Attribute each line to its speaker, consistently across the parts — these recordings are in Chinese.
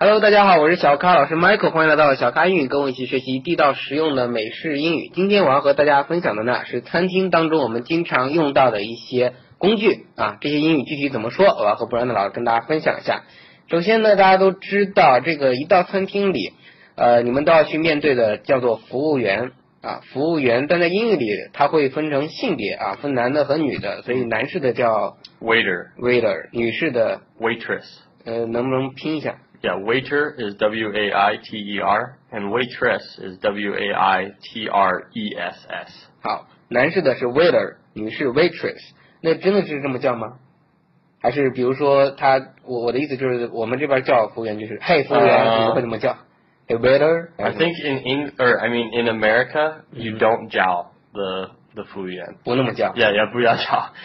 Speaker 1: Hello，大家好，我是小咖老师 Michael，欢迎来到小咖英语，跟我一起学习地道实用的美式英语。今天我要和大家分享的呢是餐厅当中我们经常用到的一些工具啊，这些英语具体怎么说，我要和 b r a n d 老师跟大家分享一下。首先呢，大家都知道这个一到餐厅里，呃，你们都要去面对的叫做服务员啊，服务员，但在英语里它会分成性别啊，分男的和女的，所以男士的叫
Speaker 2: Waiter,
Speaker 1: waiter，女士的
Speaker 2: waitress.
Speaker 1: 呃，能不能拼一下？
Speaker 2: Yeah, waiter is W A I T E R, and waitress is W A I T R E S S.
Speaker 1: 好，男士的是 waiter，女士 waitress，那真的是这么叫吗？还是比如说他，我我的意思就是，我们这边叫服务员就是，嘿，服务员，
Speaker 2: 呃
Speaker 1: 你们会怎么叫？The waiter，
Speaker 2: I think in Eng or I mean in America, you don't jowl the the fuyan.
Speaker 1: 呃不那么叫。
Speaker 2: Yeah, yeah, booyah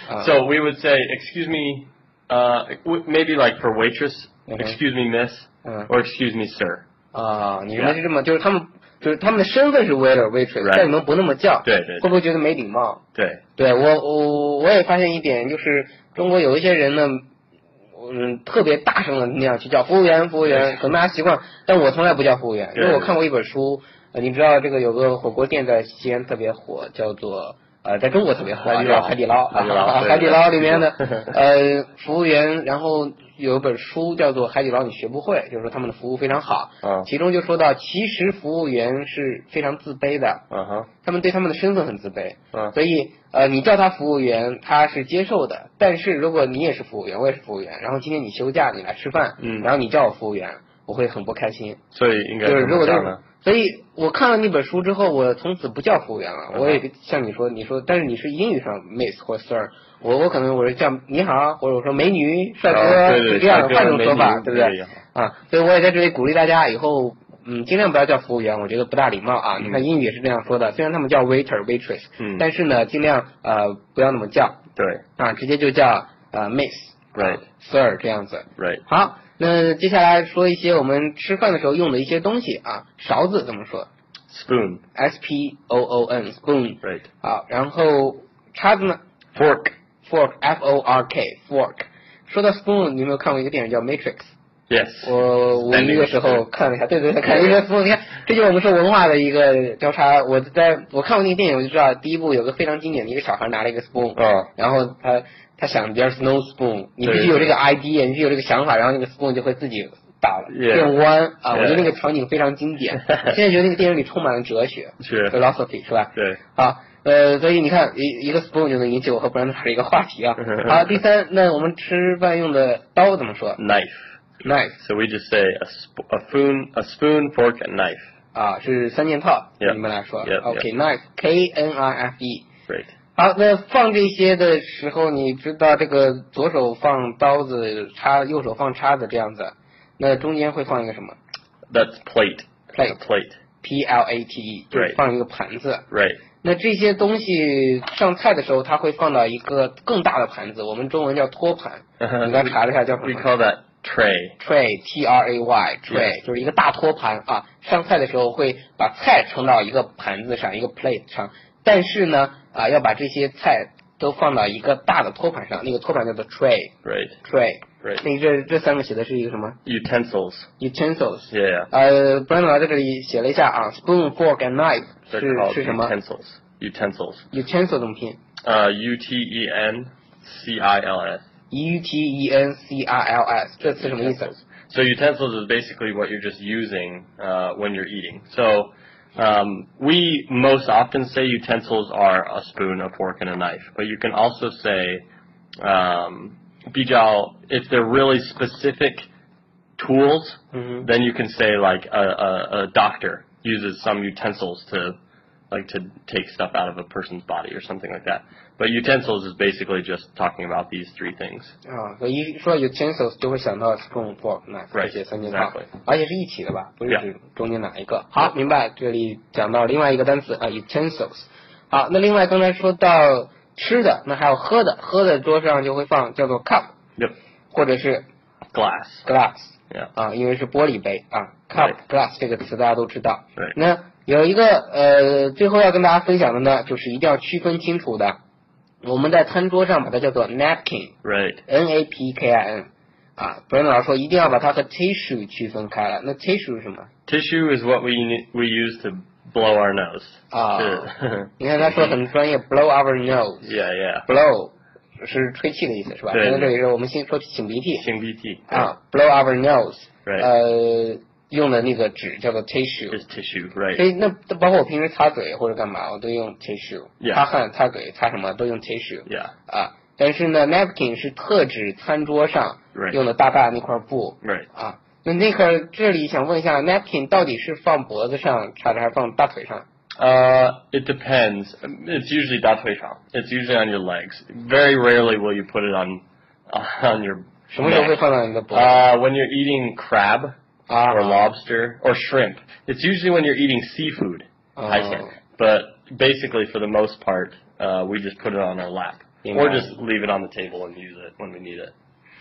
Speaker 1: Uh.
Speaker 2: So we would say, excuse me, uh, w- maybe like for waitress,
Speaker 1: Mhm.
Speaker 2: excuse me, miss,
Speaker 1: 嗯
Speaker 2: or excuse me, sir.
Speaker 1: 啊，你们是这么，就是他们就是他们的身份是 waiter waitress，
Speaker 2: Right
Speaker 1: 但你们不那么叫，
Speaker 2: 对对对
Speaker 1: 会不会觉得没礼貌？对我我我也发现一点，就是中国有一些人呢，嗯，特别大声的那样去叫服务员，服务员，可能大家习惯，但我从来不叫服务员，因
Speaker 2: 对
Speaker 1: 为我看过一本书，呃，你知道这个有个火锅店在西安特别火，叫做。呃，在中国特别火，
Speaker 2: 海底
Speaker 1: 叫
Speaker 2: 捞
Speaker 1: 海底捞，
Speaker 2: 海底捞
Speaker 1: 啊
Speaker 2: 对
Speaker 1: 海底捞里面的
Speaker 2: 对
Speaker 1: 呃服务员，然后有一本书叫做《海底捞你学不会》，就是说他们的服务非常好，
Speaker 2: 嗯
Speaker 1: 其中就说到，其实服务员是非常自卑的，
Speaker 2: Uh-huh.
Speaker 1: 他们对他们的身份很自卑，
Speaker 2: 嗯
Speaker 1: 所以呃，你叫他服务员，他是接受的。但是如果你也是服务员，我也是服务员，然后今天你休假，你来吃饭，
Speaker 2: 嗯
Speaker 1: 然后你叫我服务员，我会很不开心。
Speaker 2: So you
Speaker 1: 就是如果就是，所以我看了那本书之后，我从此不叫服务员
Speaker 2: 嗯
Speaker 1: 了。我也像你说，你说，但是你是英语上 miss 或 sir，我我可能我是叫你好，或者我说美女、帅
Speaker 2: 啊
Speaker 1: 哥，
Speaker 2: 对
Speaker 1: 是
Speaker 2: 对
Speaker 1: 这样的
Speaker 2: 帅哥
Speaker 1: 换种说
Speaker 2: 美
Speaker 1: 法，
Speaker 2: 女
Speaker 1: 对不对
Speaker 2: 对？
Speaker 1: 啊，所以我也在这里鼓励大家以后。嗯，尽量不要叫服务员，我觉得不大礼貌啊。你看英语也是这样说的，虽然他们叫 waiter waitress，
Speaker 2: 嗯
Speaker 1: 但是呢，尽量呃不要那么叫啊，直接就叫呃 miss
Speaker 2: Right
Speaker 1: sir 这样子。
Speaker 2: Right.
Speaker 1: 好，那接下来说一些我们吃饭的时候用的一些东西啊，勺子怎么说
Speaker 2: Spoon.
Speaker 1: ？S P O O N spoon。
Speaker 2: Right.
Speaker 1: 好，然后叉子呢
Speaker 2: Fork.
Speaker 1: ？fork F O R K fork。说到 spoon，你有没有看过一个电影叫《Matrix》？
Speaker 2: Yes.
Speaker 1: 我五一的时候看了一下，对对对，看了一个 spoon。你看，这就是我们说文化的一个交叉。我在我看过那个电影，我就知道第一部有个非常经典的一个小孩拿了一个 spoon，
Speaker 2: 嗯
Speaker 1: 然后他他想 there's no spoon，你必须
Speaker 2: 对
Speaker 1: 有这个 idea，你必须有这个想法，然后那个 spoon 就会自己打
Speaker 2: Yeah
Speaker 1: 变弯啊。
Speaker 2: Yeah
Speaker 1: 我觉得那个场景非常经 典，现在觉得那个电影里充满了哲学
Speaker 2: 是
Speaker 1: philosophy 是吧？
Speaker 2: 对。
Speaker 1: 好，呃，所以你看一一个 spoon 就能引起我和 b r a n d 的一个话题 啊。好，第三，那我们吃饭用的刀怎么说
Speaker 2: Knife.
Speaker 1: ？knife。
Speaker 2: So we just say a, sp- a spoon, a spoon, fork, and knife.
Speaker 1: 啊，是三件套
Speaker 2: Yeah.
Speaker 1: 你们来说。
Speaker 2: Yeah, yeah.
Speaker 1: OK，knife，K N I F E。
Speaker 2: Right.
Speaker 1: 好，那放这些的时候，你知道这个左手放刀子，叉右手放叉子这样子，那中间会放一个什么
Speaker 2: That's plate.
Speaker 1: Plate.
Speaker 2: A plate.
Speaker 1: ？P L A T E，就是放一个盘子。
Speaker 2: Right.
Speaker 1: 那这些东西上菜的时候，它会放到一个更大的盘子，我们中文叫托盘。你刚查了一下叫什
Speaker 2: We
Speaker 1: 么
Speaker 2: call that tray.
Speaker 1: tray t r a y tray 就是一个大托盘啊，上菜的时候会把菜盛到一个盘子上，一个 plate 上，但是呢啊要把这些菜都放到一个大的托盘上，那个托盘叫做 tray
Speaker 2: Right.
Speaker 1: tray。
Speaker 2: Right.
Speaker 1: 那这这三个写的是一个什么
Speaker 2: Utensils.
Speaker 1: utensils？
Speaker 2: Yeah.
Speaker 1: 呃 b r a n d 在这里写了一下啊，spoon fork and knife
Speaker 2: They're
Speaker 1: 是
Speaker 2: called
Speaker 1: 是什么
Speaker 2: utensils. Utensils.
Speaker 1: utensil 怎么拼
Speaker 2: Uh, U T E N C I L S.
Speaker 1: ？u t e n c r l s 这词什么意思？
Speaker 2: So utensils is basically what you're just using uh, when you're eating. So um, we most often say utensils are a spoon, a fork, and a knife. But you can also say um, bijal if they're really specific tools.
Speaker 1: Mhm.
Speaker 2: Then you can say like a, a, a doctor uses some utensils to like to take stuff out of a person's body or something like that. But utensils is basically just talking about these three things.
Speaker 1: 啊，所以一说 utensils 就会想到 spoon、fork、knife 这
Speaker 2: Right,
Speaker 1: 些三件套
Speaker 2: exactly.
Speaker 1: 而且是一起的吧，不是
Speaker 2: Yeah.
Speaker 1: 指中间哪一个。好，明白。这里讲到另外一个单词啊，utensils。好，那另外刚才说到吃的，那还有喝的，喝的桌上就会放叫做 cup
Speaker 2: Yep.
Speaker 1: 或者是
Speaker 2: Glass.
Speaker 1: glass
Speaker 2: Yeah.
Speaker 1: 啊，因为是玻璃杯啊，cup
Speaker 2: Right.
Speaker 1: glass 这个词大家都知道。
Speaker 2: Right.
Speaker 1: 那有一个呃，最后要跟大家分享的呢，就是一定要区分清楚的，我们在餐桌上把它叫做 napkin。
Speaker 2: Right.
Speaker 1: N A P K I N 啊 b e r n 老师说一定要把它和 tissue 区分开来。那 tissue 是什么？
Speaker 2: Tissue is what we ne- we use to blow our nose.
Speaker 1: 啊、
Speaker 2: 是
Speaker 1: 你看他说很专业，blow our nose，blow
Speaker 2: yeah, yeah.
Speaker 1: 是吹气的意思是吧？
Speaker 2: 对
Speaker 1: 那这里是我们先说擤鼻涕
Speaker 2: Xingbiti.
Speaker 1: 啊，blow our nose，
Speaker 2: Right.
Speaker 1: 呃，用的那个纸叫做 tissue。
Speaker 2: Is tissue, right?
Speaker 1: 所以那包括我平时擦嘴或者干嘛，我都用 tissue，
Speaker 2: Yeah.
Speaker 1: 擦汗、擦嘴、擦什么都用 tissue
Speaker 2: Yeah,
Speaker 1: 啊。但是呢，napkin 是特指餐桌上
Speaker 2: Right.
Speaker 1: 用的大大那块布
Speaker 2: right.
Speaker 1: 啊。那那块这里想问一下，napkin 到底是放脖子上插着，还是放大腿上？
Speaker 2: Uh, it depends. It's usually datuishang. It's usually on your legs. Very rarely will you put it on on your
Speaker 1: 什么时候会
Speaker 2: neck.
Speaker 1: 放到你的脖子
Speaker 2: Uh, when you're eating crab
Speaker 1: 啊
Speaker 2: or lobster or shrimp, it's usually when you're eating seafood. I
Speaker 1: Oh.
Speaker 2: think, Uh, but basically for the most part, uh, we just put it on our lap
Speaker 1: Yeah.
Speaker 2: or just leave it on the table and use it when we need it.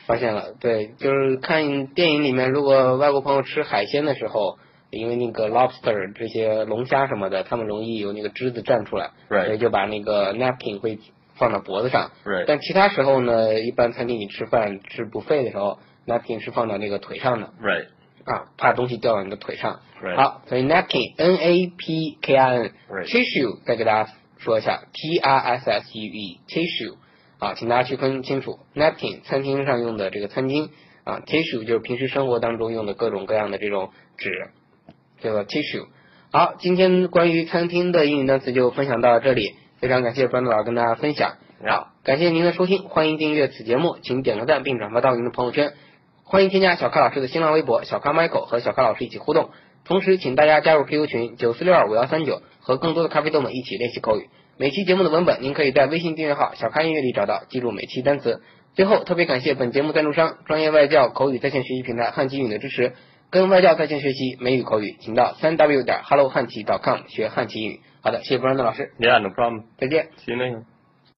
Speaker 1: 发现了，对，就是看电影里面，如果外国朋友吃海鲜的时候，因为那个 lobster 这些龙虾什么的，他们容易有那个汁子蘸出来
Speaker 2: Right.
Speaker 1: 所以就把那个 napkin 会放到脖子上。
Speaker 2: Right.
Speaker 1: 但其他时候呢，一般餐厅里吃饭吃 buffet 的时候，napkin 是放到那个腿上的
Speaker 2: Right.
Speaker 1: 啊，怕东西掉到你的腿上。
Speaker 2: Right.
Speaker 1: 好，所以 napkin n a p k i n
Speaker 2: Right.
Speaker 1: tissue 再给大家说一下 t r s s u e tissue 啊，请大家区分清楚 napkin 餐厅上用的这个餐巾啊，tissue 就是平时生活当中用的各种各样的这种纸，这个 tissue。好，今天关于餐厅的英语单词就分享到这里，非常感谢班老师跟大家分享。好，感谢您的收听，欢迎订阅此节目，请点个赞并转发到您的朋友圈。欢迎添加小咖老师的新浪微博小咖 Michael 和小咖老师一起互动。同时，请大家加入 QQ 群九四六二五幺三九，和更多的咖啡豆们一起练习口语。每期节目的文本您可以在微信订阅号“小咖音乐”里找到，记住每期单词。最后，特别感谢本节目赞助商专业外教口语在线学习平台汉基语的支持。跟外教在线学习美语口语，请到三 w 点 hello 汉奇 .com 学汉奇英语。好的，谢谢布兰德老师，
Speaker 2: Yeah, no problem.
Speaker 1: 再见。
Speaker 2: See you later.